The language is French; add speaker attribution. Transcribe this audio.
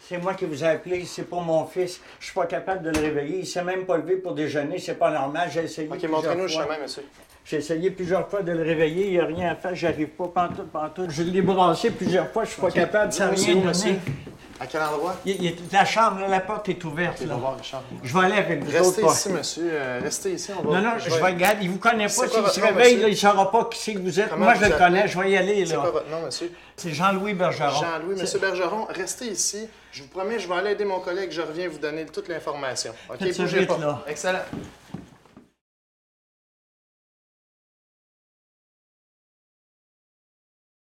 Speaker 1: C'est moi qui vous ai appelé, c'est pour mon fils. Je suis pas capable de le réveiller. Il s'est même pas levé pour déjeuner, c'est pas normal. J'ai essayé
Speaker 2: OK,
Speaker 1: plusieurs
Speaker 2: montrez-nous le
Speaker 1: fois.
Speaker 2: chemin, monsieur.
Speaker 1: J'ai essayé plusieurs fois de le réveiller, il n'y a rien à faire, j'arrive pas, pantoute, pantoute. Je l'ai brassé plusieurs fois, je suis pas capable, ça
Speaker 2: C'est
Speaker 1: rien
Speaker 2: où,
Speaker 1: donner.
Speaker 2: monsieur? À quel endroit?
Speaker 1: Il- il- La chambre, là, la porte est ouverte,
Speaker 2: Je vais
Speaker 1: là.
Speaker 2: voir, Richard.
Speaker 1: Je vais aller avec vous
Speaker 2: Restez
Speaker 1: autres,
Speaker 2: ici,
Speaker 1: pas.
Speaker 2: monsieur. euh, restez ici, on va...
Speaker 1: Non, non, je vais regarder, il vous connaît pas,
Speaker 2: C'est
Speaker 1: s'il
Speaker 2: quoi votre
Speaker 1: se
Speaker 2: nom,
Speaker 1: réveille,
Speaker 2: monsieur?
Speaker 1: là, il saura pas qui c'est que vous êtes.
Speaker 2: Comment
Speaker 1: Moi, je
Speaker 2: vous
Speaker 1: le
Speaker 2: appelez?
Speaker 1: connais, je vais y aller,
Speaker 2: C'est quoi
Speaker 1: là.
Speaker 2: votre nom, monsieur?
Speaker 1: C'est Jean-Louis Bergeron.
Speaker 2: Jean-Louis,
Speaker 1: C'est-
Speaker 2: monsieur Bergeron, restez ici. Je vous promets, je vais aller aider mon collègue. Je reviens vous donner toute l'information. OK,
Speaker 1: Faites ça
Speaker 2: bougez
Speaker 1: vite,
Speaker 2: pas.
Speaker 1: là.
Speaker 2: Excellent.